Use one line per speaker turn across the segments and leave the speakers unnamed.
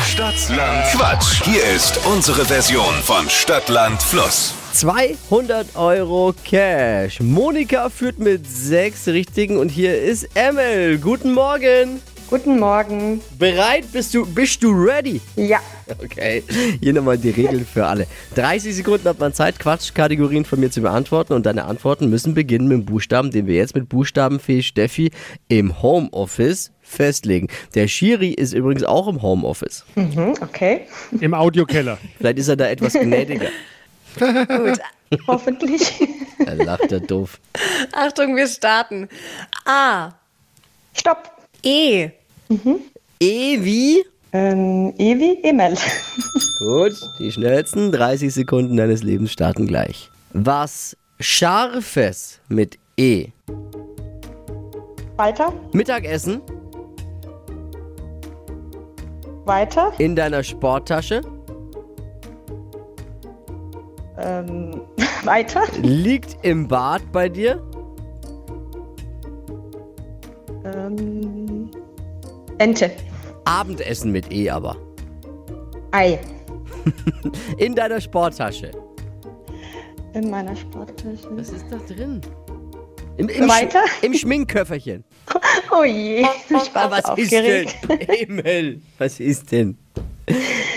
Stadtland Quatsch. Hier ist unsere Version von Stadtland Fluss.
200 Euro Cash. Monika führt mit sechs richtigen und hier ist Emil. Guten Morgen.
Guten Morgen.
Bereit? Bist du, bist du ready?
Ja,
Okay, hier nochmal die Regeln für alle. 30 Sekunden hat man Zeit, Quatschkategorien von mir zu beantworten und deine Antworten müssen beginnen mit dem Buchstaben, den wir jetzt mit Buchstabenfee Steffi im Homeoffice festlegen. Der Schiri ist übrigens auch im Homeoffice.
hm, okay.
Im Audiokeller.
Vielleicht ist er da etwas gnädiger.
Gut. Hoffentlich.
Er lacht er doof.
Achtung, wir starten. A,
Stopp.
E,
Ewi.
Ähm, Evi Emel.
Gut, die schnellsten 30 Sekunden deines Lebens starten gleich. Was Scharfes mit E.
Weiter,
Mittagessen
weiter.
in deiner Sporttasche.
Ähm, weiter.
Liegt im Bad bei dir.
Ähm, Ente.
Abendessen mit E aber.
Ei.
In deiner Sporttasche.
In meiner Sporttasche.
Was ist da drin? Im, im,
Weiter?
Sch im Schminkköfferchen.
Oh je. Ich war
Was
so aufgeregt.
ist denn? Himmel, was ist denn?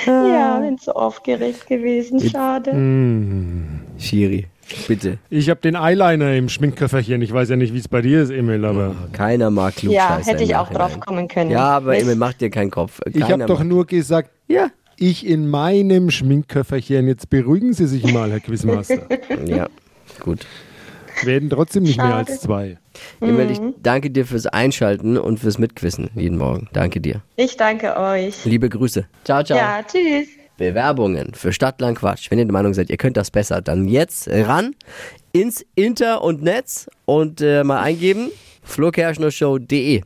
Ja, bin so aufgeregt gewesen.
Hm,
Schade.
Schiri, bitte.
Ich habe den Eyeliner im Schminkköfferchen. Ich weiß ja nicht, wie es bei dir ist, Emil, aber
Keiner mag
Ja,
Klugscheißer.
hätte ich
im
auch
Nachhinein.
drauf kommen können.
Ja, aber
Mist.
Emil, mach dir keinen Kopf.
ich habe
Keiner
doch
mag-
nur gesagt,
Ja.
ich in meinem Schminkköfferchen. Jetzt beruhigen Sie sich mal, Herr Quizmaster.
Ja, gut.
Werden trotzdem nicht mehr
Schade.
als zwei.
Emil, ich danke dir fürs Einschalten und fürs Mitquissen jeden Morgen. Danke dir.
Ich danke euch.
Liebe Grüße. Ciao, ciao.
Ja, tschüss.
Bewerbungen für Stadtland Quatsch. Wenn ihr der Meinung seid, ihr könnt das besser, dann jetzt ran ins Inter und Netz und äh, mal eingeben flokerschnershow.de.